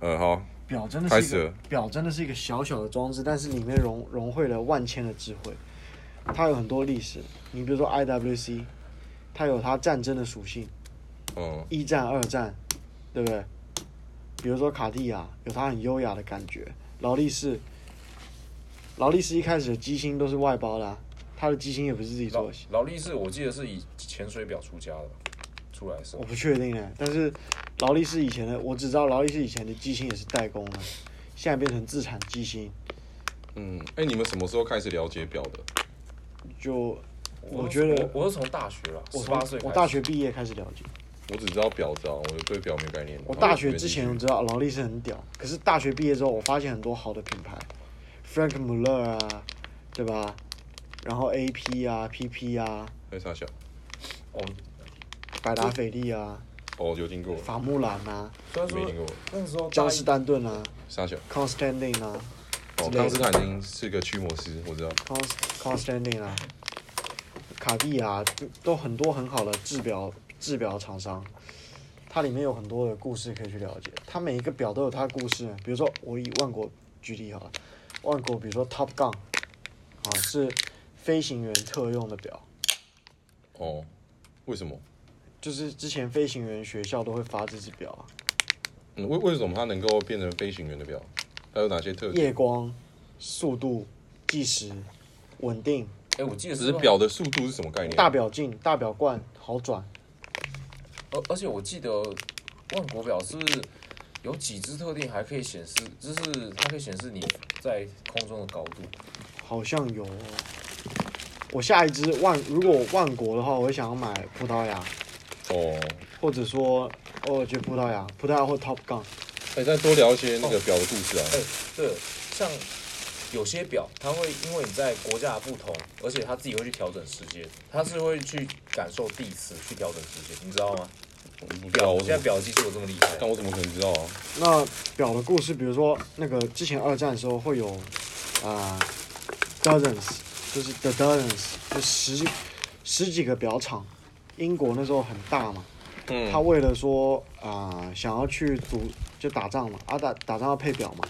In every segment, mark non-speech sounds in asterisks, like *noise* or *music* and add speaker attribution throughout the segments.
Speaker 1: 呃，好，
Speaker 2: 表真的
Speaker 1: 开
Speaker 2: 是一
Speaker 1: 始
Speaker 2: 个
Speaker 1: 了
Speaker 2: 表真的是一个小小的装置，但是里面融融汇了万千的智慧。它有很多历史，你比如说 IWC，它有它战争的属性，
Speaker 1: 嗯
Speaker 2: 一战、二战，对不对？比如说卡地亚有它很优雅的感觉，劳力士，劳力士一开始的机芯都是外包的、啊，它的机芯也不是自己做
Speaker 3: 劳
Speaker 1: 哦
Speaker 2: 的，
Speaker 3: 劳力士我记得是以潜水表出家的吧，出来是
Speaker 2: 我不确定哎，但是劳力士以前的，我只知道劳力士以前的机芯也是代工的，现在变成自产机芯，
Speaker 1: 嗯，哎、你们什么时候开始了解表的？
Speaker 2: 就我觉得
Speaker 3: 我我是从大学啊了，
Speaker 2: 我
Speaker 3: 十
Speaker 2: 从
Speaker 3: 八岁开始哦
Speaker 2: 我大学毕业开始了解，
Speaker 1: 我只知道表知道，我对表没概念。哦
Speaker 2: 我大学之前我知道劳力士很屌，可是大学毕业之后我发现很多好的品牌，Frank Muller 啊，对吧？然后 AP 啊、PP 啊、
Speaker 1: 那啥哎小，
Speaker 3: 哦，
Speaker 2: 百达翡丽啊、
Speaker 1: 哦，有听过，
Speaker 2: 法木兰啊、
Speaker 3: 虽然
Speaker 1: 没听
Speaker 3: 说
Speaker 1: 过，
Speaker 3: 那时候大
Speaker 2: 江
Speaker 3: 一
Speaker 2: 诗丹顿啊、
Speaker 1: 啥小。
Speaker 2: Constantine 啊、
Speaker 1: 哦，
Speaker 2: 之类的
Speaker 1: 康斯坦丁是个驱魔师，我知道。
Speaker 2: Const Constantine 啊、卡地亚都都很多很好的制表制表厂商，它里面有很多的故事可以去了解。它每一个表都有它的故事，比如说我以万国举例好了，万国比如说 Top Gun 啊是飞行员特用的表，
Speaker 1: 哦，为什么？
Speaker 2: 就是之前飞行员学校都会发这只表啊，
Speaker 1: 嗯，为为什么它能够变成飞行员的表？它有哪些特
Speaker 2: 夜
Speaker 1: 点？
Speaker 2: 光、速度、计时、稳定、
Speaker 3: 哎，我记得
Speaker 1: 只是
Speaker 3: 是那种
Speaker 1: 表的速度是什么概念？
Speaker 2: 大表镜、大表冠、好转。
Speaker 3: 而而且我记得万国表是有几只特定还可以显示，就是它可以显示你在空中的高度。
Speaker 2: 好像有、哦。我下一支万，如果万国的话，我会想要买葡萄牙，
Speaker 1: 哦，
Speaker 2: 或者说，哦，我觉得葡萄牙，葡萄牙或 Top Gun，
Speaker 1: 哎、再多聊一些那个表的故事啊。
Speaker 3: 哎、对，像有些表，它会因为你在国家不同，而且它自己会去调整时间，它是会去感受地磁去调整时间，你知道吗？
Speaker 1: 我不知道，
Speaker 3: 哎表
Speaker 1: 我
Speaker 3: 现在
Speaker 1: 怎么？
Speaker 3: 表技术有这么厉害，
Speaker 1: 但我怎么可能知道啊？
Speaker 2: 那表的故事，比如说那个之前二战的时候会有，啊、d o z e n s 就是 the dozens，就十十几个表厂，英国那时候很大嘛，
Speaker 1: 嗯，
Speaker 2: 他为了说啊、呃想要去组就打仗嘛，啊打打仗要配表嘛，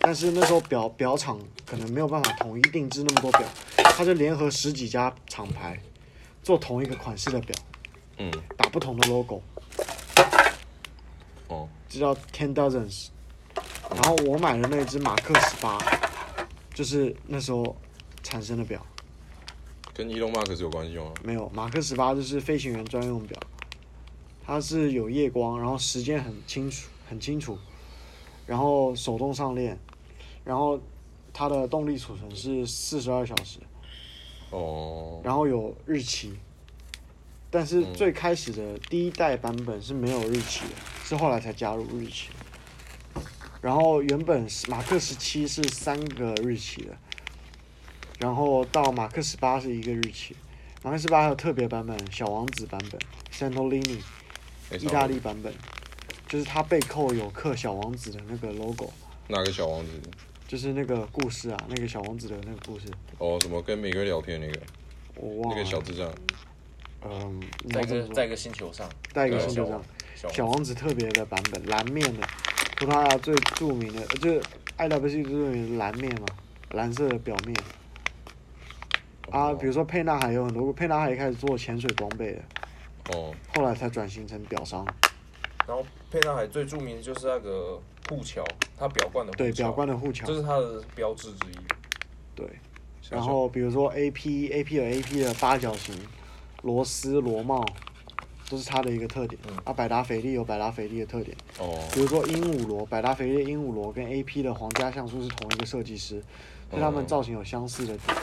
Speaker 2: 但是那时候表表厂可能没有办法统一定制那么多表，他就联合十几家厂牌做同一个款式的表，
Speaker 1: 嗯，
Speaker 2: 打不同的 logo，
Speaker 1: 哦，
Speaker 2: 这叫 ten dozens。然后我买的那只马克十八，就是那时候产生的表，
Speaker 1: 跟 Elon Musk 有关系吗？
Speaker 2: 没有马克十八就是飞行员专用表，它是有夜光，然后时间很清楚，很清楚，然后手动上链，然后它的动力储存是四十二小时，
Speaker 1: 哦，
Speaker 2: 然后有日期，但是
Speaker 1: 嗯
Speaker 2: 最开始的第一代版本是没有日期的，是后来才加入日期的。然后原本是马克十七是三个日期的，然后到马克十八是一个日期，马克十八还有特别版本、小王子版本、Santolini
Speaker 1: 没
Speaker 2: 意
Speaker 1: 啥
Speaker 2: 大利版本，就是它背扣有刻小王子的那个 logo，
Speaker 1: 哪个小王子？
Speaker 2: 就是那个故事啊，那个小王子的那个故事，
Speaker 1: 哦，什么跟玫瑰聊天那个，
Speaker 2: 我
Speaker 1: 那
Speaker 2: 忘
Speaker 1: 个
Speaker 2: 了。
Speaker 1: 小智障。
Speaker 2: 嗯，你
Speaker 3: 在
Speaker 2: 要
Speaker 3: 一
Speaker 2: 这么
Speaker 3: 个
Speaker 2: 说
Speaker 3: 在一个星球上，
Speaker 2: 带一个
Speaker 3: 对
Speaker 2: 新球
Speaker 3: 小
Speaker 2: 章。
Speaker 3: 小
Speaker 2: 小王子特别的版本，蓝面的，葡萄牙最著名的呃就是 IWC 最著名的蓝面嘛，蓝色的表面啊。比如说沛纳海有很多，沛纳海一开始做潜水装备的，
Speaker 1: 哦，
Speaker 2: 后来才转型成表商，
Speaker 3: 然后沛纳海最著名的就是那个护桥，它表冠的护
Speaker 2: 对
Speaker 3: 桥
Speaker 2: 表冠的护桥
Speaker 3: 这，是它的标志之一。
Speaker 2: 对。
Speaker 1: 小
Speaker 2: 然后比如说 AP AP 有 AP 的八角形螺丝螺帽，都是它的一个特点
Speaker 3: 嗯。
Speaker 2: 啊，百达翡丽有百达翡丽的特点。
Speaker 1: 哦，
Speaker 2: 比如说鹦鹉螺，百达翡丽的鹦鹉螺跟 AP 的皇家橡树是同一个设计师，所以他们
Speaker 1: 嗯
Speaker 2: 造型有相似的点。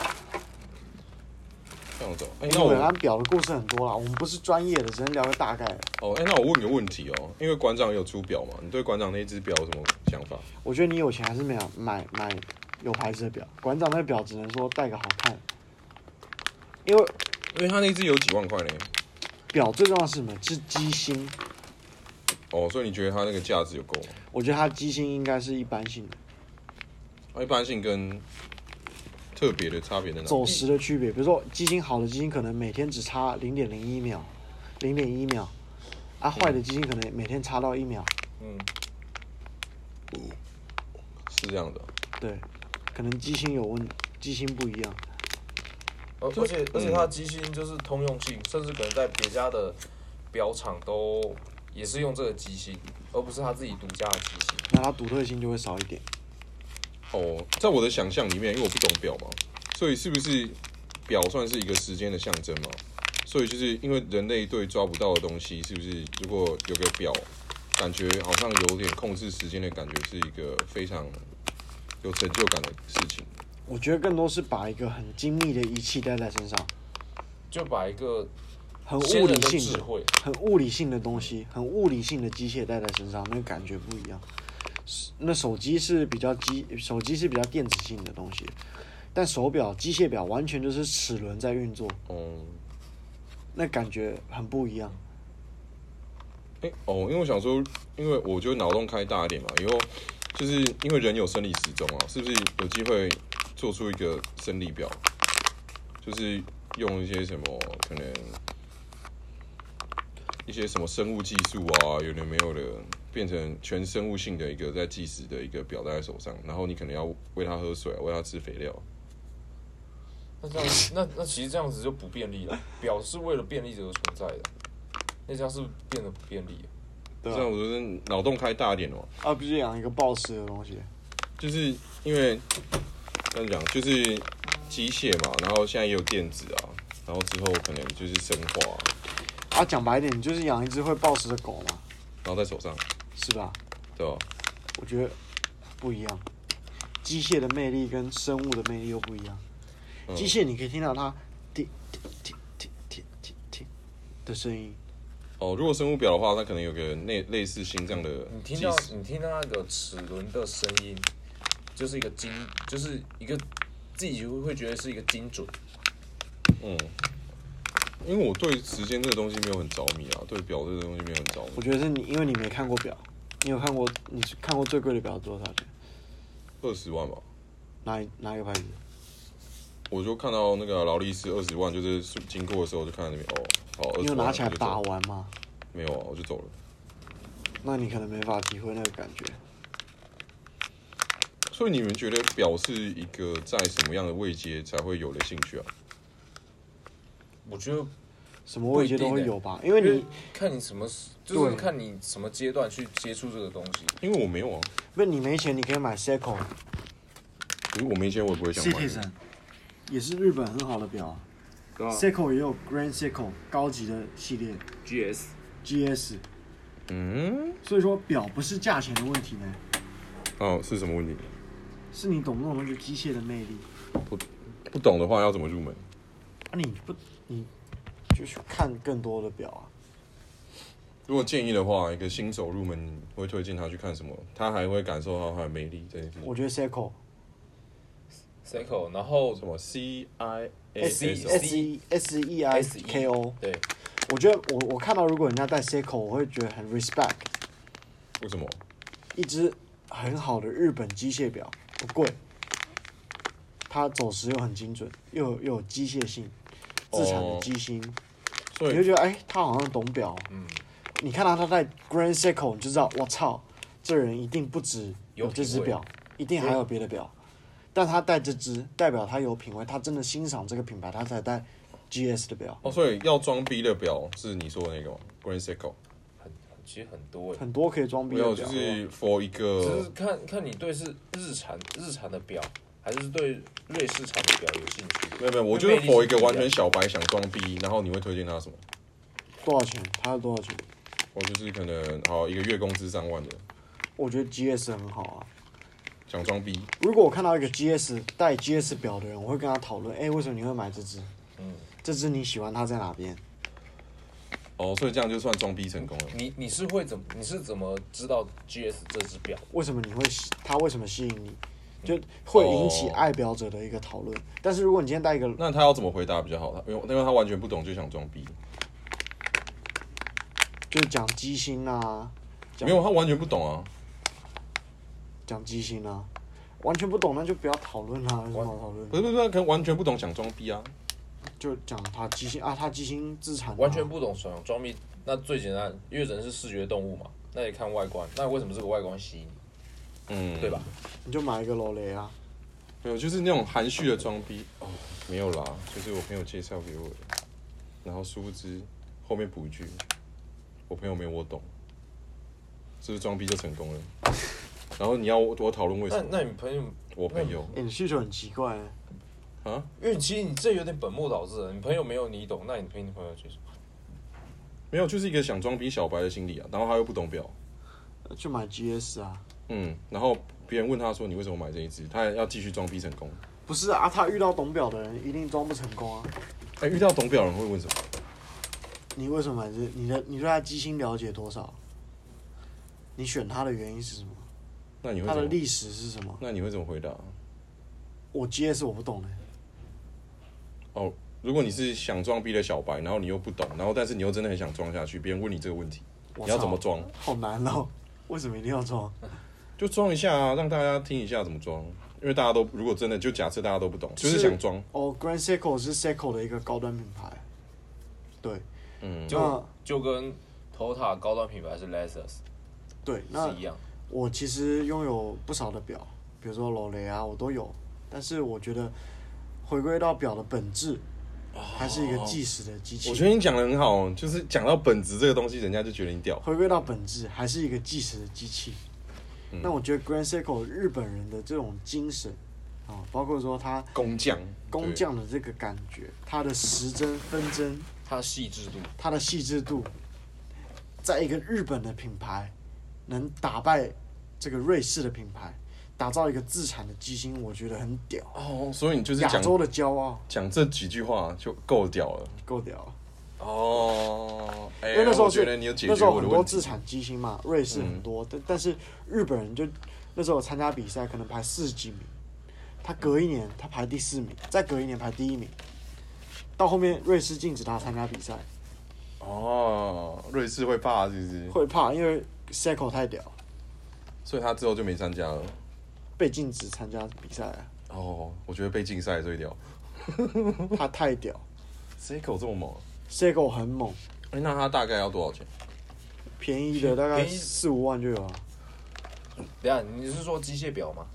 Speaker 1: 这样子哦。哎、
Speaker 2: 因
Speaker 1: 那我
Speaker 2: 为咱表的故事很多啦，我们不是专业的，只能聊个大概。
Speaker 1: 哦，哎、那我问你个问题哦，因为馆长也有出表嘛，你对馆长那只表有什么想法？
Speaker 2: 我觉得你有钱还是没有买买有牌子的表，馆长那个表只能说戴个好看，因为
Speaker 1: 因为他那只有几万块呢，
Speaker 2: 表最重要的是什么？是机芯。
Speaker 1: 哦，所以你觉得它那个价值有够吗？
Speaker 2: 我觉得它机芯应该是一般性的，
Speaker 1: 啊一般性跟特别的差别在哪？
Speaker 2: 走时的区别。比如说机芯好的机芯可能每天只差零点零一秒，零点一秒，啊坏的机芯可能每天差到一秒。
Speaker 3: 嗯，
Speaker 1: 是这样的。哦
Speaker 2: 对，可能机芯有问，机芯不一样，
Speaker 3: 而而
Speaker 2: 嗯
Speaker 3: 且而且它的机芯就是通用性，甚至可能在别家的表厂都也是用这个机芯，而不是他自己独家的机芯。
Speaker 2: 那它独特性就会少一点。
Speaker 1: 哦，在我的想象里面，因为我不懂表嘛，所以是不是表算是一个时间的象征嘛？所以就是因为人类对抓不到的东西，是不是如果有个表，感觉好像有点控制时间的感觉，是一个非常有成就感的事情。
Speaker 2: 我觉得更多是把一个很精密的仪器带在身上，
Speaker 3: 就把一个
Speaker 2: 很
Speaker 3: 先
Speaker 2: 物
Speaker 3: 人
Speaker 2: 理
Speaker 3: 的
Speaker 2: 性
Speaker 3: 智
Speaker 2: 的、
Speaker 3: 慧，
Speaker 2: 很物理性的东西，很物理性的机械带在身上，那个感觉不一样。是那手机是比较机，手机是比较电子性的东西，但手表、机械表完全就是齿轮在运作，
Speaker 1: 哦、
Speaker 2: 那感觉很不一样。
Speaker 1: 哎、哦，因为我想说，因为我觉得脑洞开大一点嘛，以后就是因为人有生理时钟啊，是不是有机会做出一个生理表，就是用一些什么可能一些什么生物技术啊，有的没有的，变成全生物性的一个在计时的一个表戴在手上，然后你可能要喂它喝水啊，喂它吃肥料。
Speaker 3: 那这样子那那其实这样子就不便利了。表是为了便利而存在的，那这样是不是变得不便利了。
Speaker 2: 对
Speaker 1: 这样
Speaker 2: 啊，
Speaker 1: 我觉得脑洞开大一点哦、
Speaker 2: 而不是养一个暴食的东西。
Speaker 1: 就是因为这样讲，就是机械嘛，然后现在也有电子啊，然后之后可能就是生化、
Speaker 2: 啊，讲白一点，你就是养一只会暴食的狗嘛，
Speaker 1: 然后在手上，
Speaker 2: 是吧？
Speaker 1: 对吧？
Speaker 2: 我觉得不一样，机械的魅力跟生物的魅力又不一样。
Speaker 1: 嗯
Speaker 2: 机械你可以听到它滴滴滴滴滴滴滴的声音，
Speaker 1: 哦，如果生物表的话，它可能有个类类似心脏的
Speaker 3: 你
Speaker 1: 计
Speaker 3: 听到
Speaker 1: 时，
Speaker 3: 你听到那个齿轮的声音，就是一个精，就是一个自己会会觉得是一个精准。
Speaker 1: 嗯。因为我对时间这个东西没有很着迷啊，对表这个东西没有很着
Speaker 2: 我
Speaker 1: 迷，
Speaker 2: 觉得是你因为你没看过表，你有看过你是看过最贵的表多少钱？
Speaker 1: 二十万吧，
Speaker 2: 哪一哪一个牌子？
Speaker 1: 我就看到那个劳力士二十万，就是经过的时候我就看到那边哦，好，二
Speaker 2: 你
Speaker 1: 十
Speaker 2: 有
Speaker 1: 万，
Speaker 2: 拿起来
Speaker 1: 我就走
Speaker 2: 把玩吗？
Speaker 1: 没有啊，我就走了。
Speaker 2: 那你可能没法体会那个感觉。
Speaker 1: 所以你们觉得表是一个在什么样的位阶才会有的兴趣啊？
Speaker 3: 我觉得
Speaker 2: 什么位阶都
Speaker 3: 不一
Speaker 2: 会
Speaker 3: 定欸
Speaker 2: 有吧，因为
Speaker 3: 因为
Speaker 2: 你
Speaker 3: 看你什么，就是
Speaker 2: 对
Speaker 3: 看你什么阶段去接触这个东西。
Speaker 1: 因为我没有啊，
Speaker 2: 不是你没钱，你可以买 Seiko
Speaker 1: 如果我没钱，我也不会想买。
Speaker 2: Citizen，也是日本很好的表啊。
Speaker 1: 对啊
Speaker 2: Seiko 也有 Grand Seiko 高级的系列
Speaker 3: GS，
Speaker 2: GS，
Speaker 1: 嗯，
Speaker 2: 所以说表不是价钱的问题呢，
Speaker 1: 哦，是什么问题？
Speaker 2: 是你懂不懂那个机械的魅力。
Speaker 1: 不懂的话要怎么入门？
Speaker 2: 啊，你不你就去看更多的表啊，
Speaker 1: 如果建议的话，一个新手入门，你会推荐他去看什么？他还会感受到他的魅力这件事情。
Speaker 2: 我觉得 Seiko
Speaker 3: Seiko，然后
Speaker 1: 什么 C I
Speaker 2: S
Speaker 1: S
Speaker 2: E
Speaker 1: O？
Speaker 2: S E S E I
Speaker 3: SE
Speaker 2: K O，
Speaker 3: 对，
Speaker 2: 我觉得我我看到如果人家戴 Seiko，我会觉得很 respect，
Speaker 1: 为什么？
Speaker 2: 一只很好的日本机械表，不贵，它走时又很精准，又有又有机械性，自产的
Speaker 1: 哦
Speaker 2: 机芯，
Speaker 1: 所
Speaker 2: 你就
Speaker 1: 以
Speaker 2: 觉得哎，他好像懂表。
Speaker 3: 嗯，
Speaker 2: 你看到他在 Grand Seiko，你就知道，我操，这人一定不止有这只表，一定还有别的表。但他戴这只，代表他有品味，他真的欣赏这个品牌，他才戴 GS 的表。
Speaker 1: 哦，所以要装逼的表是你说的那个吗？Grand Seiko，
Speaker 3: 很其实很多哎、
Speaker 2: 很多可以装逼
Speaker 1: 没
Speaker 2: 的
Speaker 1: 有，
Speaker 2: 表
Speaker 1: 就，是 for 一
Speaker 3: 只
Speaker 1: 个
Speaker 3: 是看看你对是日产日产的表，还是对瑞士产的表有兴趣。
Speaker 1: 没有没有，我就是 for 一个完全小白想装逼，然后你会推荐他什么？
Speaker 2: 多少钱？他要多少钱？
Speaker 1: 我就是可能好一个月工资三万的，
Speaker 2: 我觉得 GS 很好啊。
Speaker 1: 想装逼，
Speaker 2: 如果我看到一个 GS 戴 GS 表的人，我会跟他讨论，哎，为什么你会买这只？
Speaker 3: 嗯，
Speaker 2: 这只你喜欢它在哪边？
Speaker 1: 哦，所以这样就算装逼成功了。
Speaker 3: 你你是会怎么你是怎么知道 GS 这只表？
Speaker 2: 为什么你会吸？它为什么吸引你？
Speaker 3: 嗯
Speaker 2: 就会引起
Speaker 1: 哦
Speaker 2: 爱表者的一个讨论。但是如果你今天戴一个
Speaker 1: 那他要怎么回答比较好？他因为因为他完全不懂就想装逼，
Speaker 2: 就是讲机芯啊，讲
Speaker 1: 没有他完全不懂啊。
Speaker 2: 讲机芯啊，完全不懂那就不要讨论啦，有什么好讨论
Speaker 1: 不？是不是，他可能完全不懂想装逼啊。
Speaker 2: 就讲它机芯啊，它机芯自产、啊，
Speaker 3: 完全不懂手装逼，那最简单，因为人是视觉动物嘛，那得看外观。那为什么这个外观吸引你？
Speaker 1: 嗯，
Speaker 3: 对吧？？
Speaker 2: 你就买一个罗雷啊，
Speaker 1: 没有，就是那种含蓄的装逼哦，没有啦，就是我朋友介绍给我的，然后殊不知后面补一句，我朋友没有我懂，是不是装逼就成 *laughs* 功了？然后你要我我讨论为什
Speaker 3: 那
Speaker 1: 么？
Speaker 3: 那你朋友，
Speaker 1: 我朋友
Speaker 2: 哎、你需求很奇怪、欸，
Speaker 1: 啊，
Speaker 3: 因为其实你这有点本末倒置了。你朋友没有你懂，那你陪你朋友去什么？
Speaker 1: 没有，就是一个想装逼小白的心理啊，然后他又不懂表，
Speaker 2: 就买 GS 啊。
Speaker 1: 嗯，然后别人问他说你为什么买这一只，他也要继续装逼成功。
Speaker 2: 不是啊，他遇到懂表的人一定装不成功啊。
Speaker 1: 哎、遇到懂表的人会问什么？
Speaker 2: 你为什么买这？你的你对他机芯了解多少？你选他的原因是什么？
Speaker 1: 那你会
Speaker 2: 他
Speaker 1: 怎
Speaker 2: 的
Speaker 1: 么？
Speaker 2: 历史是什么？
Speaker 1: 那你会怎么回答？
Speaker 2: 我 GS 我不懂的、
Speaker 1: 哦，如果你是想装逼的小白，然后你又不懂，然后但是你又真的很想装下去，别人问你这个问题，
Speaker 2: 我
Speaker 1: 你要
Speaker 2: 操
Speaker 1: 怎么装？
Speaker 2: 好难哦。 *laughs* 为什么一定要装？
Speaker 3: 嗯
Speaker 1: 就装一下啊，让大家听一下怎么装。因为大家都如果真的就假设大家都不懂，就是想装，
Speaker 2: 哦，Grand Seiko 是 Seiko 的一个高端品牌，对，
Speaker 1: 嗯，
Speaker 3: 就、
Speaker 2: 那
Speaker 3: 就跟 Toyota 高端品牌是 Lexus
Speaker 2: 对，那
Speaker 3: 是一样。
Speaker 2: 我其实拥有不少的表，比如说劳雷啊，我都有。但是我觉得回归到表的本质，还是一个计时的机
Speaker 1: 哦
Speaker 2: 器。
Speaker 1: 我觉得你讲的很好，哦就是讲到本质这个东西，人家就觉得你屌。
Speaker 2: 回归到本质，还是一个计时的机器。
Speaker 1: 嗯
Speaker 2: 那我觉得 Grand Seiko 日本人的这种精神啊、包括说他
Speaker 1: 工匠，
Speaker 2: 工匠的这个感觉，他的时针分针，
Speaker 3: 它的细致度，
Speaker 2: 它的细致度，在一个日本的品牌能打败这个瑞士的品牌，打造一个自产的机芯，我觉得很屌。
Speaker 1: 对哦，所以你就是
Speaker 2: 亚
Speaker 1: 讲
Speaker 2: 洲的骄傲，
Speaker 1: 讲这几句话就够屌了。
Speaker 2: 够屌。
Speaker 1: 哦，哎、
Speaker 2: 因为那时候
Speaker 1: 我
Speaker 2: 是
Speaker 1: 觉得你有解
Speaker 2: 那时
Speaker 1: 决
Speaker 2: 候
Speaker 1: 我
Speaker 2: 很
Speaker 1: 的
Speaker 2: 多
Speaker 1: 问
Speaker 2: 自
Speaker 1: 题。嗯
Speaker 2: 产机芯嘛，瑞士很多，但但是日本人就那时候参加比赛可能排四十几名，他隔一年他排第四名，再隔一年排第一名，到后面瑞士禁止他参加比赛，
Speaker 1: 哦，瑞士会怕是不是？
Speaker 2: 会怕，因为 Seiko 太屌，
Speaker 1: 所以他之后就没参加了。
Speaker 2: 被禁止参加比赛啊
Speaker 1: *laughs*
Speaker 2: 了，
Speaker 1: 哦，我觉得被禁赛最屌。
Speaker 2: 他太屌
Speaker 1: Seiko 这么猛啊，
Speaker 2: ，Seiko 很猛，
Speaker 1: 哎、那他大概要多少钱？
Speaker 2: 便宜的大概
Speaker 3: 便宜
Speaker 2: 四五万就有了，
Speaker 3: 等一下你是说机械表吗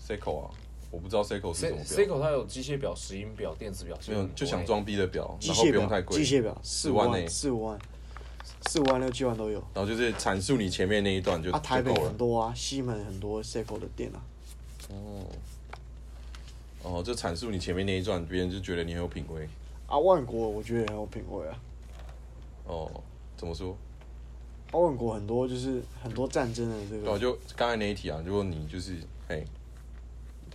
Speaker 1: Seiko 啊，我不知道 Seiko 是什么表，
Speaker 3: ？Seiko 它有机械表、石英表、电子表，
Speaker 1: 没有就欸想。
Speaker 3: 哎
Speaker 1: 装逼的表，
Speaker 2: 机
Speaker 1: 然后不
Speaker 2: 械
Speaker 1: 用
Speaker 2: 表
Speaker 1: 太，贵，
Speaker 2: 机械表四
Speaker 1: 10
Speaker 2: 五
Speaker 1: 万内
Speaker 2: 万，，四五万，四五万六七万都有。
Speaker 1: 然后就是阐述你前面那一段就
Speaker 2: 啊，台
Speaker 1: 就
Speaker 2: 北
Speaker 1: 够
Speaker 2: 很
Speaker 1: 了。
Speaker 2: 多啊，西门很多 Seiko 的店啊，
Speaker 1: 哦，哦，就阐述你前面那一段，别人就觉得你很有品味。
Speaker 2: 啊，万国我觉得也很有品味啊。
Speaker 1: 哦，怎么说？
Speaker 2: 啊，万国很多就是很多战争的这
Speaker 1: 对啊，
Speaker 2: 个，
Speaker 1: 就刚才那一题啊，如果你就是哎，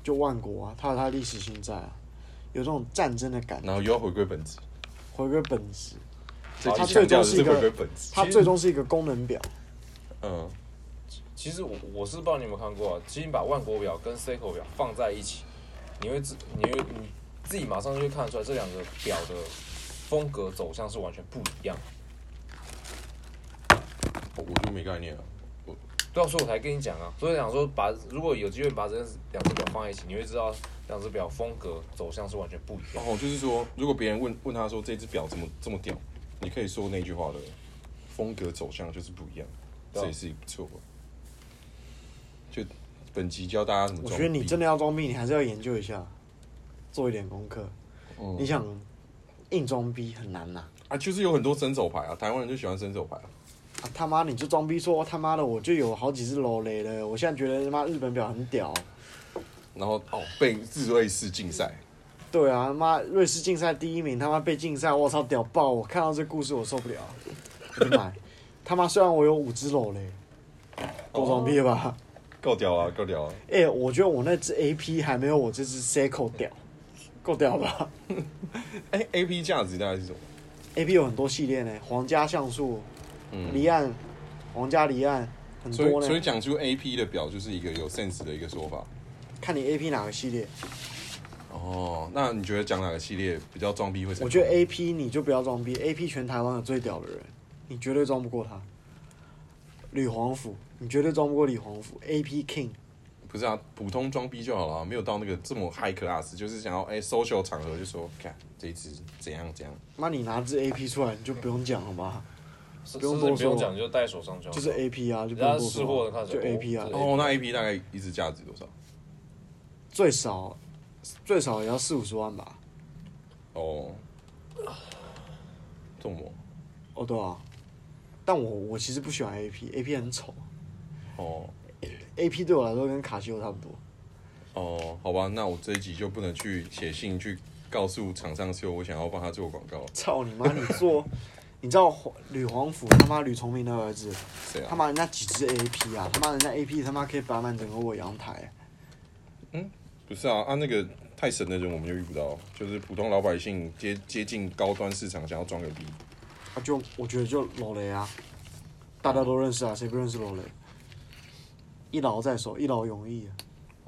Speaker 2: 就万国啊，它有它历史性在啊，有这种战争的感觉，
Speaker 1: 然后又要回归本质，
Speaker 2: 回归本质。
Speaker 1: 这
Speaker 2: 它
Speaker 1: 题强
Speaker 2: 最
Speaker 1: 调
Speaker 2: 终
Speaker 1: 的
Speaker 2: 是
Speaker 1: 是
Speaker 2: 一
Speaker 1: 回归
Speaker 2: 个
Speaker 1: 本，质。
Speaker 2: 它最终是一个功能表，
Speaker 1: 嗯，
Speaker 3: 其实我我是不知道你有没有看过啊，其实你把万国表跟 Seiko 表放在一起，你会自你会你自己马上就会看得出来这两个表的风格走向是完全不一样。
Speaker 1: 我我就没概念了。
Speaker 3: 对啊，所以我才跟你讲啊，所以想说把如果有机会把这两只表放在一起，你会知道两只表风格走向是完全不一样。
Speaker 1: 哦，就是说，如果别人问问他说这只表怎么这么屌，你可以说那句话的风格走向就是不一样，
Speaker 3: 对啊
Speaker 1: 这也是不错。就本集教大家怎么
Speaker 2: 我
Speaker 1: 装逼。
Speaker 2: 觉得你真的要装逼，你还是要研究一下，做一点功课。
Speaker 1: 嗯
Speaker 2: 你想硬装逼很难呐、
Speaker 1: 啊，就是有很多伸手牌啊，台湾人就喜欢伸手牌啊。
Speaker 2: 啊！他妈，你就装逼说他妈的，我就有好几只劳雷了，我现在觉得他妈日本表很屌。
Speaker 1: 然后哦，被日瑞士竞赛，
Speaker 2: 对啊，他妈瑞士竞赛第一名，他妈被禁赛，我操屌爆！我看到这故事我受不了，我就买。他妈虽然我有五只楼嘞，够装逼了吧？
Speaker 1: 够屌啊，够屌啊！
Speaker 2: 哎、我觉得我那只 AP 还没有我这只 Seiko 屌，够屌吧
Speaker 1: 哎，A P 价值大概是什么？
Speaker 2: ？AP 有很多系列呢，皇家橡树、
Speaker 1: 嗯，
Speaker 2: 离岸、皇家离岸很
Speaker 1: 所以
Speaker 2: 多
Speaker 1: 所以
Speaker 2: 呢。
Speaker 1: 讲出 A P 的表就是一个有 sense 的一个说法。
Speaker 2: 看你 AP 哪个系列，
Speaker 1: 哦，那你觉得讲哪个系列比较装逼会成功？
Speaker 2: 我觉得 AP 你就不要装逼，AP 全台湾有最屌的人，你绝对装不过他。李皇甫，你绝对装不过李皇甫，AP King。
Speaker 1: 不是啊，普通装逼就好了啊，没有到那个这么 high class，就是想要哎、social 场合就说，看这一次怎样怎样，
Speaker 2: 那你拿支 A P 出来，你就不用讲了吧？
Speaker 3: 是
Speaker 2: 不用
Speaker 3: 甚至
Speaker 2: 多
Speaker 3: 不用
Speaker 2: 说
Speaker 3: 讲，就戴手上就好。
Speaker 2: 就是 A P 啊，就
Speaker 3: 人
Speaker 2: 不
Speaker 3: 家
Speaker 2: 用多
Speaker 3: 试货
Speaker 2: 说
Speaker 3: 的看
Speaker 2: 啊，
Speaker 3: 起
Speaker 2: 就
Speaker 3: 来
Speaker 2: A P 啊
Speaker 3: 哦，
Speaker 1: 哦，那 A P 大概一支价值多少？
Speaker 2: 最少最少也要四五十万吧？
Speaker 1: 哦，这么
Speaker 2: 哦，对啊，但我我其实不喜欢 A P，A P 很丑
Speaker 1: 哦
Speaker 2: ，A P 对我来说跟卡西欧差不多。
Speaker 1: 哦，好吧，那我这一集就不能去写信去告诉厂商说我想要帮他做广告了。
Speaker 2: 操你妈！你做， *laughs* 你知道黄吕皇甫他妈吕崇明的儿子，
Speaker 1: 谁
Speaker 2: 他
Speaker 1: 啊？
Speaker 2: 妈人家几只 A P 啊，他妈人家 A P 他妈可以摆满整个我阳台，啊
Speaker 1: 不是啊，啊那个太神的人我们就遇不到，就是普通老百姓接接近高端市场想要装个逼。
Speaker 2: 他啊就我觉得就老雷啊，大家都认识啊，谁不认识老雷？一劳在手，一劳永逸啊，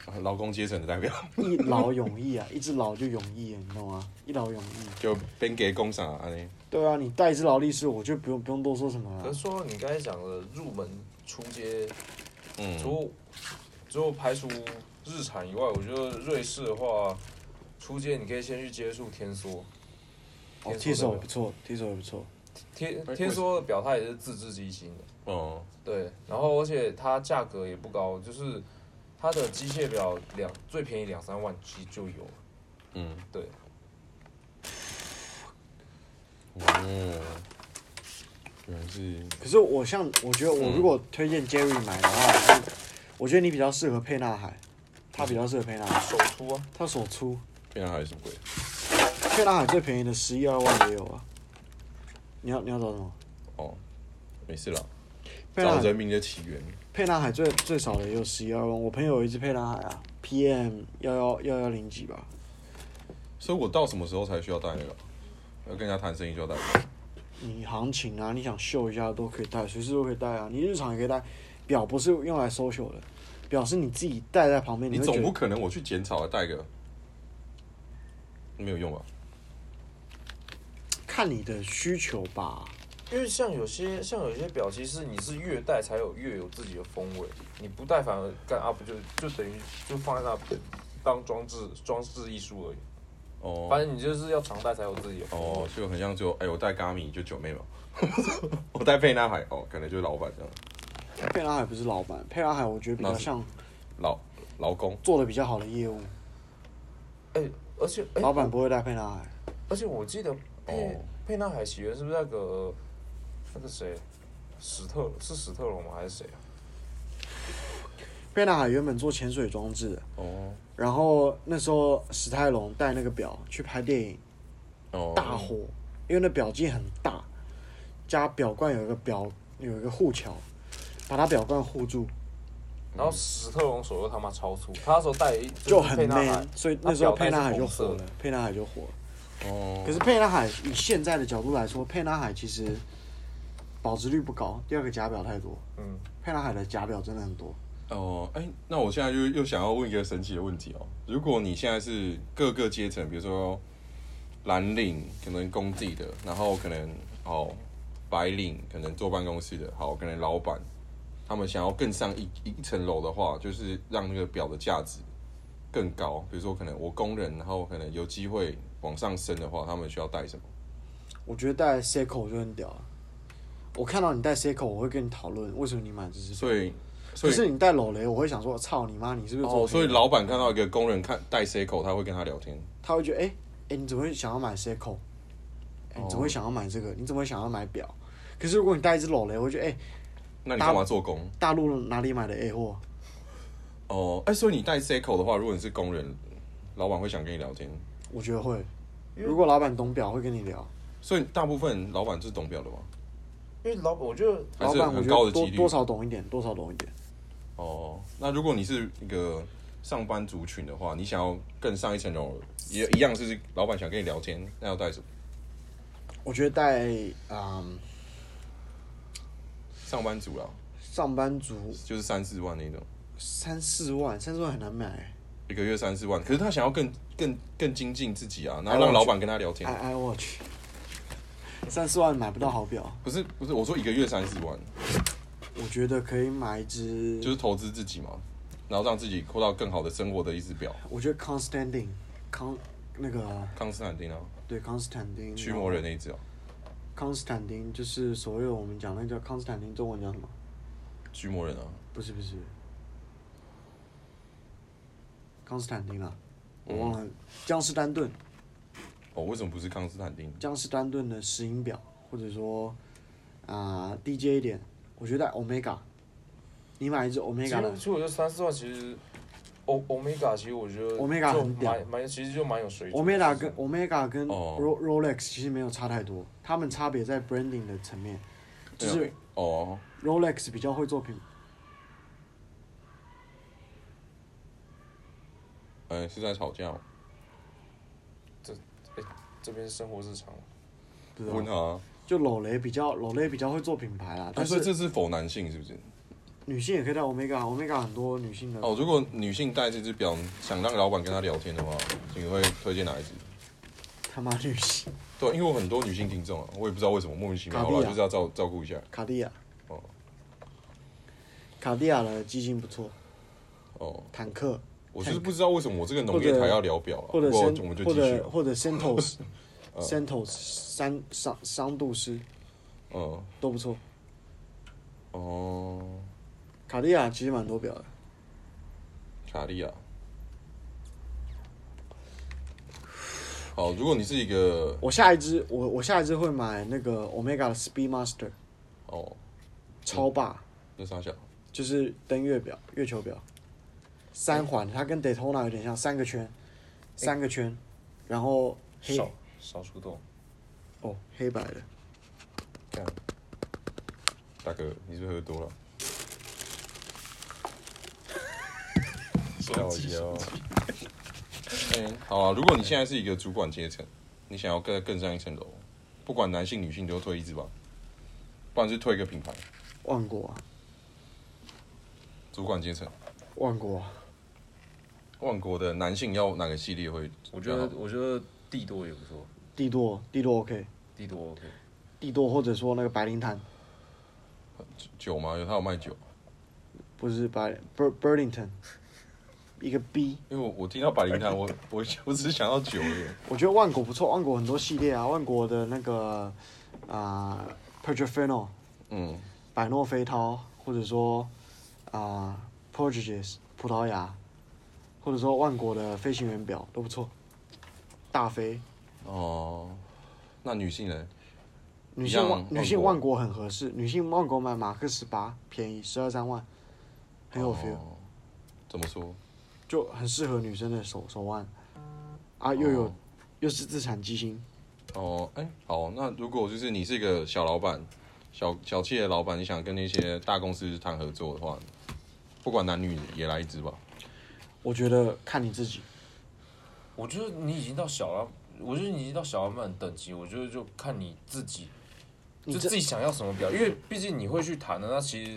Speaker 1: 啊劳工阶层的代表 *laughs*
Speaker 2: 一劳永逸啊，一 *laughs* 只劳就永逸啊，你懂吗？一劳永逸。
Speaker 1: 就边给工厂啊，安尼
Speaker 2: 对啊，你带一只劳力士，我就不用不用多说什么啊
Speaker 3: 可
Speaker 2: 了
Speaker 3: 是。说你刚才讲的入门、出街，
Speaker 1: 嗯，
Speaker 3: 除只有排除日产以外，我觉得瑞士的话，出街你可以先去接触天梭。
Speaker 2: 哦，
Speaker 3: 天
Speaker 2: 踢
Speaker 3: 梭
Speaker 2: 手
Speaker 3: 的
Speaker 2: 也不错，踢手也不错。
Speaker 3: 天
Speaker 1: 哎
Speaker 3: 天
Speaker 1: 为什
Speaker 3: 梭的表它也是自制机芯的，
Speaker 1: 哦，
Speaker 3: 对，然后而且它价格也不高，就是它的机械表两最便宜两三万其实就有了，
Speaker 1: 嗯，
Speaker 3: 对，
Speaker 2: 嗯
Speaker 1: 哦，原来嗯是
Speaker 2: 可是我像我觉得我如果推荐 Jerry 买的话，是我觉得你比较适合沛纳海，他比较适合沛纳海，
Speaker 3: 手出啊，
Speaker 2: 他手粗。
Speaker 1: 变还有什么鬼？
Speaker 2: 沛纳海最便宜的十一二万也有啊。你要你要找什么？
Speaker 1: 哦，没事啦，
Speaker 2: 沛纳
Speaker 1: 找
Speaker 2: 海
Speaker 1: 人民的起源。
Speaker 2: 沛纳海最最少的也有十一二万，我朋友有一只沛纳海啊，PM 幺幺幺幺零几吧，
Speaker 1: 所以我到什么时候才需要带那个？要跟人家谈生意就要带那个。
Speaker 2: 你行情啊，你想秀一下都可以带，随时都可以带啊。你日常也可以带，表不是用来 social 的，表是你自己带在旁边，
Speaker 1: 你
Speaker 2: 会觉
Speaker 1: 总不
Speaker 2: 得
Speaker 1: 可能我去剪草还带个，没有用吧？
Speaker 2: 看你的需求吧。
Speaker 3: 因为像有些像有些表，其实你是越戴才有越有自己的风味，你不戴反而干啊不就就等于就放在那当装置装饰艺术而已，反
Speaker 1: 哦
Speaker 3: 正你就是要常戴才有自己的风味
Speaker 1: 哦，，就很像说，哎，我带咖米就九妹嘛， *laughs* 我带沛纳海哦，可能就是老板这样，
Speaker 2: 沛纳海不是老板，沛纳海我觉得比较
Speaker 1: 那是
Speaker 2: 像
Speaker 1: 老劳工。
Speaker 2: 做的比较好的业务，
Speaker 3: 哎、而且哎、
Speaker 2: 老板不会带沛纳海。
Speaker 3: 而且我记得佩、
Speaker 1: 哦
Speaker 3: 佩纳海起源是不是那个那个谁史特是史特龙吗还是谁啊？
Speaker 2: 沛纳海原本做潜水装置的，
Speaker 1: 哦
Speaker 2: 然后那时候史泰龙带那个表去拍电影，
Speaker 1: 哦，
Speaker 2: 大火，因为那表径很大，加表冠有一个表有一个护桥，把它表冠护住。
Speaker 3: 然后史特龙手又他妈超粗，他那时候戴一
Speaker 2: 就是很
Speaker 3: 佩纳海
Speaker 2: man，所以那时候
Speaker 3: 他
Speaker 2: 沛
Speaker 3: 表
Speaker 2: 纳
Speaker 3: 带是
Speaker 2: 海就
Speaker 3: 红色
Speaker 2: 火
Speaker 3: 的
Speaker 2: 了，沛纳海就火了。
Speaker 1: 哦，
Speaker 2: 可是沛纳海以现在的角度来说，沛纳海其实保值率不高，第二个假表太多，
Speaker 3: 嗯，
Speaker 2: 沛纳海的假表真的很多。
Speaker 1: 哦，哎，那我现在就又想要问一个神奇的问题哦。如果你现在是各个阶层，比如说蓝领，可能工地的，然后可能哦白领，可能坐办公室的，好，可能老板，他们想要更上一一层楼的话，就是让那个表的价值更高。比如说，可能我工人，然后可能有机会往上升的话，他们需要带什么？
Speaker 2: 我觉得戴 Seiko 就很屌了。我看到你戴 Seiko，我会跟你讨论为什么你买这只表。
Speaker 1: 所以，所
Speaker 2: 可
Speaker 1: 以
Speaker 2: 是你戴老雷，我会想说，操你妈，你是不是做
Speaker 1: 哦，
Speaker 2: 黑
Speaker 1: 所以
Speaker 2: 的
Speaker 1: 老板看到一个工人看带 C 口，他会跟他聊天。
Speaker 2: 他会觉得，哎、哎、你怎么会想要买 Seiko？、
Speaker 1: 哦
Speaker 2: 哎你怎么会想要买这个？你怎么会想要买表？可是如果你戴一只老雷，我会觉得，哎、
Speaker 1: 那你干嘛做工？
Speaker 2: 大陆哪里买的 A 货？
Speaker 1: 哦，哎，所以你带 C 口的话，如果你是工人，老板会想跟你聊天。
Speaker 2: 我觉得会。如果老板懂表，会跟你聊。
Speaker 1: 所以大部分老板是懂表的吗？
Speaker 3: 因为老我觉得
Speaker 1: 还
Speaker 2: 老
Speaker 1: 是
Speaker 2: 板，
Speaker 1: 很
Speaker 2: 我觉
Speaker 1: 高
Speaker 2: 得
Speaker 1: 的
Speaker 2: 多
Speaker 1: 几率
Speaker 2: 多少懂一点，多少懂一点。
Speaker 1: 哦，那如果你是一个上班族群的话，你想要更上一层楼，也一样是老板想跟你聊天，那要带什么？
Speaker 2: 我觉得带嗯
Speaker 1: 上班族啦，
Speaker 2: 上班族
Speaker 1: 就是三四万那种，
Speaker 2: 三四万，三四万很难买。
Speaker 1: 一个月三四万。可是他想要更更更精进自己啊，然后
Speaker 2: 哎我
Speaker 1: 让
Speaker 2: 去
Speaker 1: 老板跟他聊天
Speaker 2: i。i watch 三四万买不到好表，
Speaker 1: 不是不是，我说一个月三四万，
Speaker 2: 我觉得可以买一只，
Speaker 1: 就是投资自己嘛，然后让自己过到更好的生活的一只表。
Speaker 2: 我觉得 Constantine 康那个
Speaker 1: 康斯坦丁啊，
Speaker 2: 对 Constantine
Speaker 1: 驱魔人那一只啊，
Speaker 2: 康斯坦丁，就是所谓的我们讲那叫康斯坦丁，中文叫什么？
Speaker 1: 巨魔人啊，
Speaker 2: 不是不是，康斯坦丁啊，
Speaker 3: 嗯
Speaker 2: 我忘了，江诗丹顿，
Speaker 1: 哦，为什么不是康斯坦丁？
Speaker 2: 江诗丹顿的石英表，或者说啊、低阶一点，我觉得 Omega，你买一只
Speaker 3: 其
Speaker 2: Omega
Speaker 3: 实
Speaker 2: 的
Speaker 3: 其，实我觉得三四万其实，O Omega 其实我觉得
Speaker 2: Omega
Speaker 3: 就
Speaker 2: 很屌
Speaker 3: 蛮蛮其实就蛮有水准。
Speaker 2: Omega 跟 Omega 跟
Speaker 1: 哦
Speaker 2: Ro Rolex 其实没有差太多，他们差别在 branding 的层面，
Speaker 3: 啊
Speaker 2: 就是
Speaker 1: 哦，
Speaker 2: Rolex 比较会做品，
Speaker 1: 哎，是在吵架哦，
Speaker 3: 这边生活日常，
Speaker 2: 对
Speaker 1: 问
Speaker 2: 吧？
Speaker 1: 他啊，
Speaker 2: 就老雷比较老雷比较会做品牌啦，
Speaker 1: 哎
Speaker 2: 但
Speaker 1: 所以
Speaker 2: 是嗯
Speaker 1: 这是否男性是不是？
Speaker 2: 女性也可以戴 Omega，Omega 很多女性的
Speaker 1: 哦，如果女性戴这只表，想让老板跟她聊天的话，你会推荐哪一只？
Speaker 2: 他妈女性
Speaker 1: 对，因为我很多女性听众啊，我也不知道为什么莫名其妙，
Speaker 2: 卡地
Speaker 1: 好
Speaker 2: 亚
Speaker 1: 了，就是要照照顾一下。
Speaker 2: 卡地亚，
Speaker 1: 哦
Speaker 2: 卡地亚的基金不错，
Speaker 1: 哦，
Speaker 2: 坦克
Speaker 1: 我就是不知道为什么我这个农业
Speaker 2: 或者
Speaker 1: 台要聊表了，啊
Speaker 2: 或者
Speaker 1: 哦不过
Speaker 2: 森
Speaker 1: 我们就
Speaker 2: 或
Speaker 1: 继续哦
Speaker 2: 者
Speaker 1: 了。
Speaker 2: 或
Speaker 1: *laughs*
Speaker 2: 者 Santos Santos 三桑桑杜斯
Speaker 1: 嗯，
Speaker 2: 都不错，
Speaker 1: 哦，
Speaker 2: 卡地亚其实蛮多表的。
Speaker 1: 卡利亚。好，如果你是一个
Speaker 2: 我下一支我我下一支会买那个 Omega 的 Speedmaster
Speaker 1: 哦，
Speaker 2: 超霸，
Speaker 1: 那啥小，
Speaker 2: 就是登月表月球表，三环，它跟 Daytona 有点像，三个圈，三个圈，然后黑
Speaker 3: 少少出动。
Speaker 2: 哦黑白的。
Speaker 1: 干，大哥，你是不是喝多 *laughs* 了？笑腰。
Speaker 3: 哎
Speaker 1: 嗯，哦好啊，如果你现在是一个主管阶层，你想要更更上一层楼，不管男性女性都推一只吧，不然就推一个品牌。
Speaker 2: 万国啊，
Speaker 1: 主管阶层，
Speaker 2: 万国啊，
Speaker 1: 万国的男性要哪个系列会？
Speaker 3: 我觉得我觉得地多也不错，
Speaker 2: 帝舵帝舵 OK，
Speaker 3: 地多 OK。
Speaker 2: 帝舵或者说那个白灵潭，
Speaker 1: 酒吗？有他有卖酒，
Speaker 2: 不是白 Bur Burlington，一个 B，
Speaker 1: 因为我我听到百灵坛，我 *laughs* 我我只想要酒耶。
Speaker 2: 我觉得万国不错，万国很多系列啊，万国的那个啊、p e t r o f i n o
Speaker 1: 嗯，
Speaker 2: 百诺菲涛，或者说啊、Portuguese 葡萄牙，或者说万国的飞行员表都不错，大飞
Speaker 1: 哦，那女性呢？
Speaker 2: 女
Speaker 1: 一
Speaker 2: 性
Speaker 1: 样
Speaker 2: 万
Speaker 1: 万国
Speaker 2: 女性万国很合适，女性万国买马克十八便宜十二三万，很有 feel，、
Speaker 1: 哦怎么说？
Speaker 2: 就很适合女生的手手腕，啊又有、
Speaker 1: 哦
Speaker 2: 又是自产基金，
Speaker 1: 哦，哎、好，那如果就是你是一个小老板，小小企业老板，你想跟那些大公司谈合作的话，不管男女也来一支吧。
Speaker 2: 我觉得看你自己，
Speaker 3: 我觉得你已经到小老，我觉得你已经到小老板的等级，我觉得就看你自己，
Speaker 2: 你
Speaker 3: 就
Speaker 2: 这
Speaker 3: 自己想要什么表，因为毕竟你会去谈的，那其实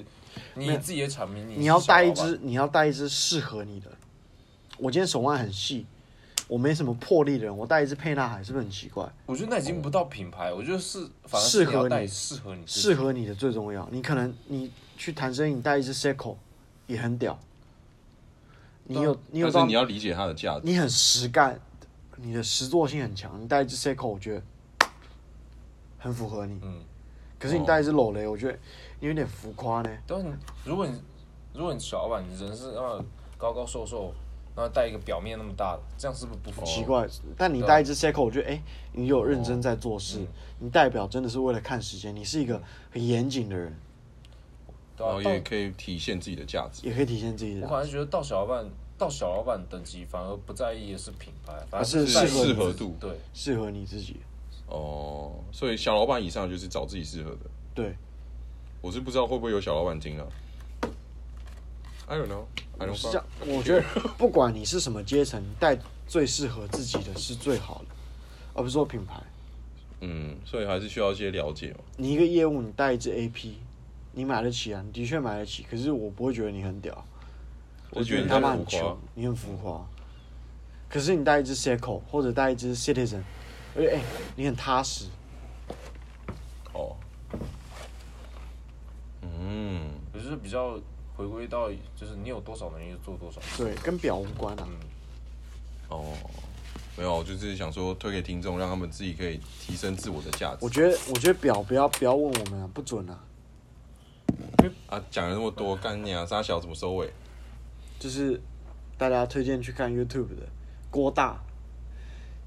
Speaker 2: 没
Speaker 3: 你
Speaker 2: 有
Speaker 3: 自己的产品，你
Speaker 2: 你
Speaker 3: 是
Speaker 2: 要
Speaker 3: 小
Speaker 2: 带一
Speaker 3: 老板
Speaker 2: 支，你要带一支适合你的。我今天手腕很细，我没什么魄力的人，我带一支沛纳海是不是很奇怪？
Speaker 3: 我觉得那已经不到品牌，我觉得是反而
Speaker 2: 适
Speaker 3: 是
Speaker 2: 合
Speaker 3: 你要带
Speaker 2: 你
Speaker 3: 适合你自己
Speaker 2: 适合你的最重要。你可能你去谈生意，你带一支 Seiko 也很屌。你有你有
Speaker 1: 但
Speaker 2: 到
Speaker 1: 是你要理解它的价值。
Speaker 2: 你很实干，你的实作性很强。你带一支 Seiko，我觉得很符合你。
Speaker 3: 嗯，
Speaker 2: 可是你带一支裸雷，我觉得你有点浮夸呢。
Speaker 3: 但是你如果你如果你小老板，你人是那么高高瘦瘦，然后带一个表面那么大的，这样是不是不符合？
Speaker 2: 奇怪，但你
Speaker 3: 对啊
Speaker 2: 带一支 Seiko，我觉得哎、诶你有认真在做事，
Speaker 3: 嗯
Speaker 2: 你代表真的是为了看时间，你是一个很严谨的人，
Speaker 3: 对
Speaker 1: 然
Speaker 3: 啊
Speaker 1: 后
Speaker 3: 到
Speaker 1: 哦也可以体现自己的价值。
Speaker 2: 也可以体现自己
Speaker 3: 我
Speaker 2: 的。
Speaker 3: 反而觉得到小老板到小老板等级，反而不在意的是品牌，反而
Speaker 2: 是
Speaker 3: 在意
Speaker 1: 适
Speaker 2: 适合
Speaker 3: 自己
Speaker 1: 合度
Speaker 3: 对，
Speaker 2: 适合你自己。
Speaker 1: 哦，所以小老板以上就是找自己适合的。
Speaker 2: 对，
Speaker 1: 我是不知道会不会有小老板听啊。I don't know. I
Speaker 2: 我
Speaker 1: don't
Speaker 2: 是这
Speaker 1: fuck.
Speaker 2: 样，我觉得 *laughs* 不管你是什么阶层，带最适合自己的是最好的，而不是说品牌。
Speaker 1: 嗯，所以还是需要一些了解嘛。
Speaker 2: 你一个业务，你带一支 AP，你买得起啊，你的确买得起，可是我不会觉得你很屌，
Speaker 1: 我觉
Speaker 2: 觉
Speaker 1: 得
Speaker 2: 得你
Speaker 1: 你
Speaker 2: 他
Speaker 1: 在
Speaker 2: 妈
Speaker 1: 浮
Speaker 2: 很穷
Speaker 1: 夸。，
Speaker 2: 你很浮夸。可是你带一支 Seiko 或者带一支 Citizen，而且哎、你很踏实，
Speaker 1: 哦。嗯，
Speaker 3: 我就是比较回归到就是你有多少能力就做多少。
Speaker 2: 对，跟表无关啊。
Speaker 3: 嗯，
Speaker 1: 哦，没有，就是想说推给听众，让他们自己可以提升自我的价值
Speaker 2: 我。觉得，我觉得表不要不要问我们啊，不准啊。
Speaker 1: 啊，讲了那么多，干你啊，沙小怎么收尾？
Speaker 2: 就是大家推荐去看 YouTube 的郭大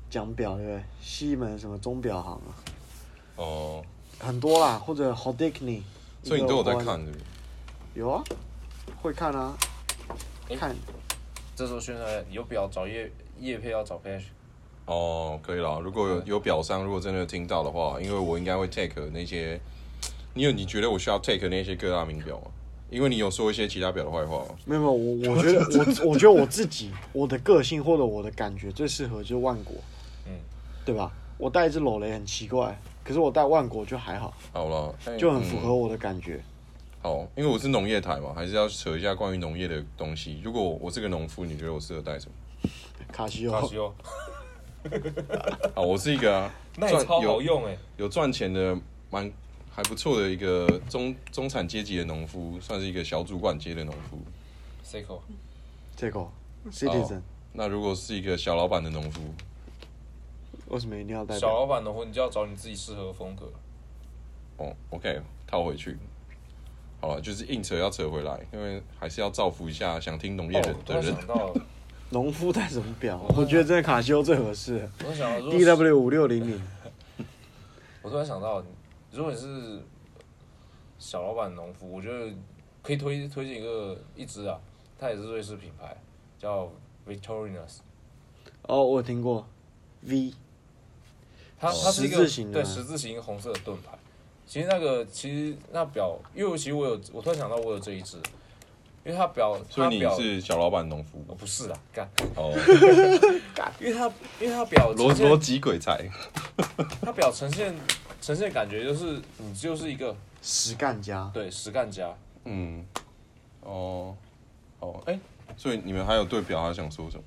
Speaker 2: 讲表，对不对？西门什么钟表行啊，
Speaker 1: 哦，
Speaker 2: 很多啦，或者 Hodigny，
Speaker 1: 所以你都有在看，对不对？
Speaker 2: 有啊，会看啊，
Speaker 3: 诶
Speaker 2: 看
Speaker 3: 这时候宣传有表找叶叶配要找 Pash，
Speaker 1: 哦，可以啦。如果有有表商，如果真的有听到的话，因为我应该会 take 那些，你有你觉得我需要 take 那些各大名表吗？因为你有说一些其他表的坏话吗？
Speaker 2: 没有没有，我我觉得我我觉得我自己我的个性或者我的感觉最适合就是万国，
Speaker 3: 嗯，
Speaker 2: 对吧？我戴一只裸雷很奇怪，可是我戴万国就还好，
Speaker 1: 好了，哎
Speaker 2: 就很符合
Speaker 1: 嗯
Speaker 2: 我的感觉。
Speaker 1: 好，因为我是农业台嘛，还是要扯一下关于农业的东西。如果我是个农夫，你觉得我适合戴
Speaker 3: *laughs*
Speaker 1: 什么？
Speaker 2: 卡西
Speaker 3: 卡
Speaker 2: 欧
Speaker 3: 西欧，
Speaker 1: 啊，我是一个啊，
Speaker 3: 那也超好
Speaker 1: 有
Speaker 3: 用哎、
Speaker 1: 有赚钱的，蛮还不错的一个中中产阶级的农夫，算是一个小主管阶的农夫。
Speaker 3: c i c o
Speaker 2: 这个 Citizen
Speaker 1: 那如果是一个小老板的农夫，
Speaker 2: 为什么一定要戴
Speaker 3: 小
Speaker 2: 表？
Speaker 3: 老板的话，你就要找你自己适合的风格。
Speaker 1: 哦，OK，套回去。好了，就是硬扯要扯回来，因为还是要造福一下想听农业
Speaker 3: 哦
Speaker 1: 的，
Speaker 3: 我突
Speaker 1: 的
Speaker 3: 然
Speaker 1: 人。
Speaker 3: 想到了，
Speaker 2: 农夫戴什么表？ *laughs* 我觉得真的卡西欧最合适
Speaker 3: 我突然想到，
Speaker 1: *laughs*
Speaker 3: 如果
Speaker 2: ，D W 五六零零。
Speaker 3: 我突然想到，如果你是小老板农夫，我觉得可以推推荐一个一支啊，它也是瑞士品牌，叫 Victorinus，
Speaker 2: 哦，我有听过 V
Speaker 1: 哦
Speaker 3: 它它是一
Speaker 2: 十
Speaker 3: 个
Speaker 2: 字形的
Speaker 3: 对
Speaker 2: 吗
Speaker 3: 十字形红色的盾牌。其实那个其实那表，因为我其实我有我突然想到我有这一支，因为它表
Speaker 1: 所
Speaker 3: 它
Speaker 1: 以你
Speaker 3: 表
Speaker 1: 是小老板农夫
Speaker 3: 哦不是啊，干，
Speaker 1: 哦，
Speaker 3: 因为它因为它表
Speaker 1: 逻
Speaker 3: 呈现
Speaker 1: 逻辑鬼才。
Speaker 3: 它表呈现呈现感觉就是你就是一个
Speaker 2: 实干家，
Speaker 3: 对实干家，
Speaker 1: 嗯，哦，哦，哎、所以你们还有对表还想说什么？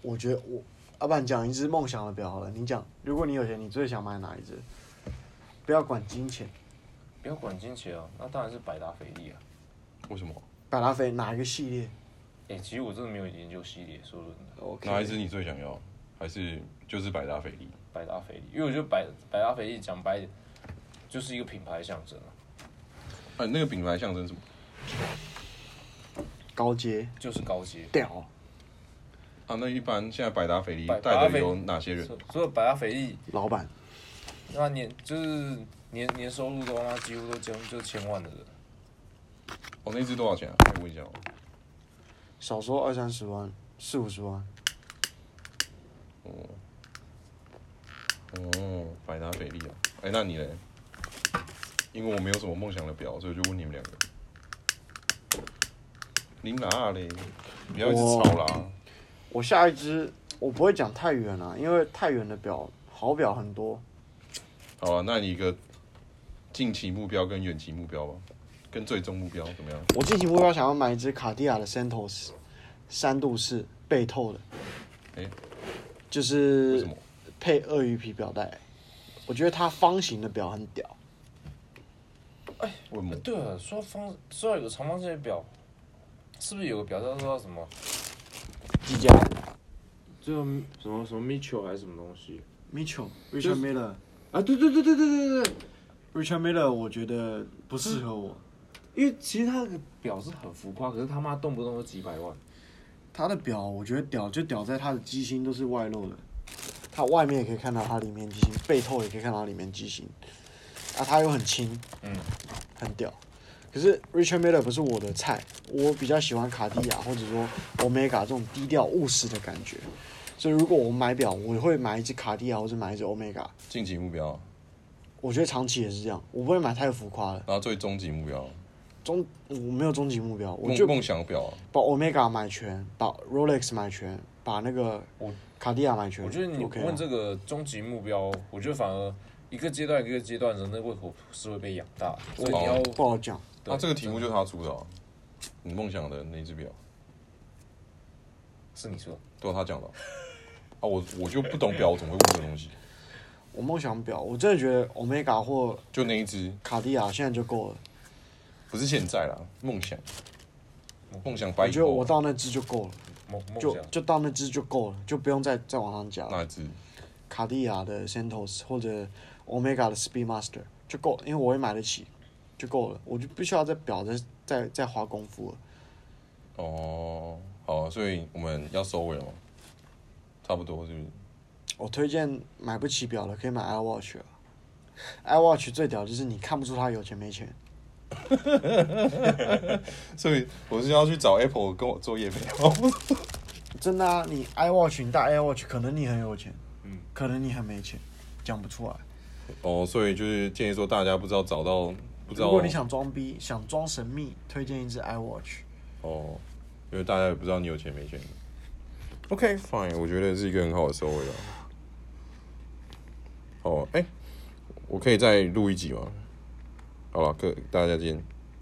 Speaker 2: 我觉得我，要不然讲一只梦想的表好了，你讲，如果你有钱，你最想买哪一只？不要管金钱，
Speaker 3: 不要管金钱啊，那当然是百达翡丽啊。
Speaker 1: 为什么？
Speaker 2: 百达翡哪一个系列
Speaker 3: 哎、其实我真的没有研究系列，说真的，
Speaker 2: ？OK，
Speaker 1: 哪一支你最想要？还是就是百达翡丽？
Speaker 3: 百达翡丽，因为我觉得百百达翡丽讲白点，就是一个品牌象征啊，
Speaker 1: 啊，那个品牌象征什么？
Speaker 2: 高阶
Speaker 3: 就是高阶。
Speaker 2: 屌，
Speaker 1: 啊，那一般现在百达翡丽
Speaker 3: 百
Speaker 1: 带
Speaker 3: 百达
Speaker 1: 的
Speaker 3: 翡
Speaker 1: 有哪些人？
Speaker 3: 所所以百达翡丽，
Speaker 2: 老板
Speaker 3: 那年就是年年收入的话，几乎都将就是千万的人，
Speaker 1: 哦，那支多少钱啊？可以问一下吗？
Speaker 2: 少说二三十万，四五十万，
Speaker 1: 哦，百达翡丽啊。哎、那你嘞？因为我没有什么梦想的表，所以我就问你们两个。你哪嘞？不要一直吵啦。
Speaker 2: 我下一只我不会讲太远啊，因为太远的表好表很多，
Speaker 1: 好啊，那你一个近期目标跟远期目标吧，跟最终目标怎么样？
Speaker 2: 我近期目标想要买一只卡地亚的 Santos，三度式背透的，
Speaker 1: 诶
Speaker 2: 就
Speaker 1: 为
Speaker 2: 是
Speaker 1: 什么？
Speaker 2: 配鳄鱼皮表带，我觉得它方形的表很屌。
Speaker 1: 为什么
Speaker 4: 嗯
Speaker 3: 呃？对啊，说到方说到有个长方形的表，是不是有个表叫做什么？
Speaker 2: 几家
Speaker 4: 这个什么什么 Mitchell 还是什么东西
Speaker 2: Mitchell、
Speaker 4: 是
Speaker 2: Richard Miller、
Speaker 4: 啊？对对对对对对对，
Speaker 2: Richard Miller，我觉得不适合我。
Speaker 4: 因为其实他的表是很浮夸，可是他妈动不动就几百万。
Speaker 2: 它的表我觉得屌，就屌在它的机芯都是外露的，它外面也可以看到它里面机芯，背透也可以看到里面机芯，啊，它又很轻，
Speaker 3: 嗯，
Speaker 2: 很屌。可是 Richard Miller 不是我的菜，我比较喜欢卡地亚或者说 Omega 这种低调务实的感觉，所以如果我买表，我会买一只卡地亚或者买一只 Omega。
Speaker 1: 近期目标啊，
Speaker 2: 我觉得长期也是这样，我不会买太浮夸的。
Speaker 1: 然后最终极目标啊，
Speaker 2: 终我没有终极目标，我
Speaker 1: 梦
Speaker 2: 就
Speaker 1: 梦想表啊。
Speaker 2: 把 Omega 买全，把 Rolex 买全，把那个
Speaker 3: 我
Speaker 2: 卡地亚买全。
Speaker 3: 我觉得你
Speaker 2: OK 啊
Speaker 3: 问这个终极目标，我觉得反而一个阶段一个阶段人的胃口是会被养大的，所以你要
Speaker 2: 不好讲，
Speaker 1: 那、
Speaker 3: 对
Speaker 1: 啊这个题目就是他出的、啊，你梦想的那只表，
Speaker 3: 是你说的，
Speaker 1: 都是他讲的啊。 *laughs* 啊，我我就不懂表，我怎么会问这个东西？
Speaker 2: 我梦想表，我真的觉得 Omega 或
Speaker 1: 就那一只，
Speaker 2: 卡地亚现在就够了。
Speaker 1: 不是现在啦，梦想。梦想白
Speaker 2: 我
Speaker 1: 蚁
Speaker 2: 觉得我
Speaker 1: 后
Speaker 2: 到那只就够了，
Speaker 3: 梦梦
Speaker 2: 就
Speaker 3: 想
Speaker 2: 就到那只就够了，就不用再再往上加了。
Speaker 1: 那只
Speaker 2: 卡地亚的 Santos 或者 Omega 的 Speedmaster 就够了，因为我也买得起，就够了，我就不需要再表再再再花功夫了。
Speaker 1: 哦，好，所以我们要收尾了吗？差不多是不是？
Speaker 2: 我推荐买不起表的可以买 iWatch 啊，iWatch 最屌就是你看不出他有钱没钱，
Speaker 1: 所以我是要去找 Apple 跟我做业配，哦
Speaker 2: 真的啊，你 iWatch 你戴 iWatch 可能你很有钱，
Speaker 3: 嗯，
Speaker 2: 可能你很没钱，讲不出来。
Speaker 1: 哦，所以就是建议说大家不知道找到不知道，哦
Speaker 2: 如果你想装逼，想装神秘，推荐一只 iWatch。
Speaker 1: 哦，因为大家也不知道你有钱没钱。OK fine，我觉得是一个很好的收尾了。哦，哎、我可以再录一集吗？好了，各大家见。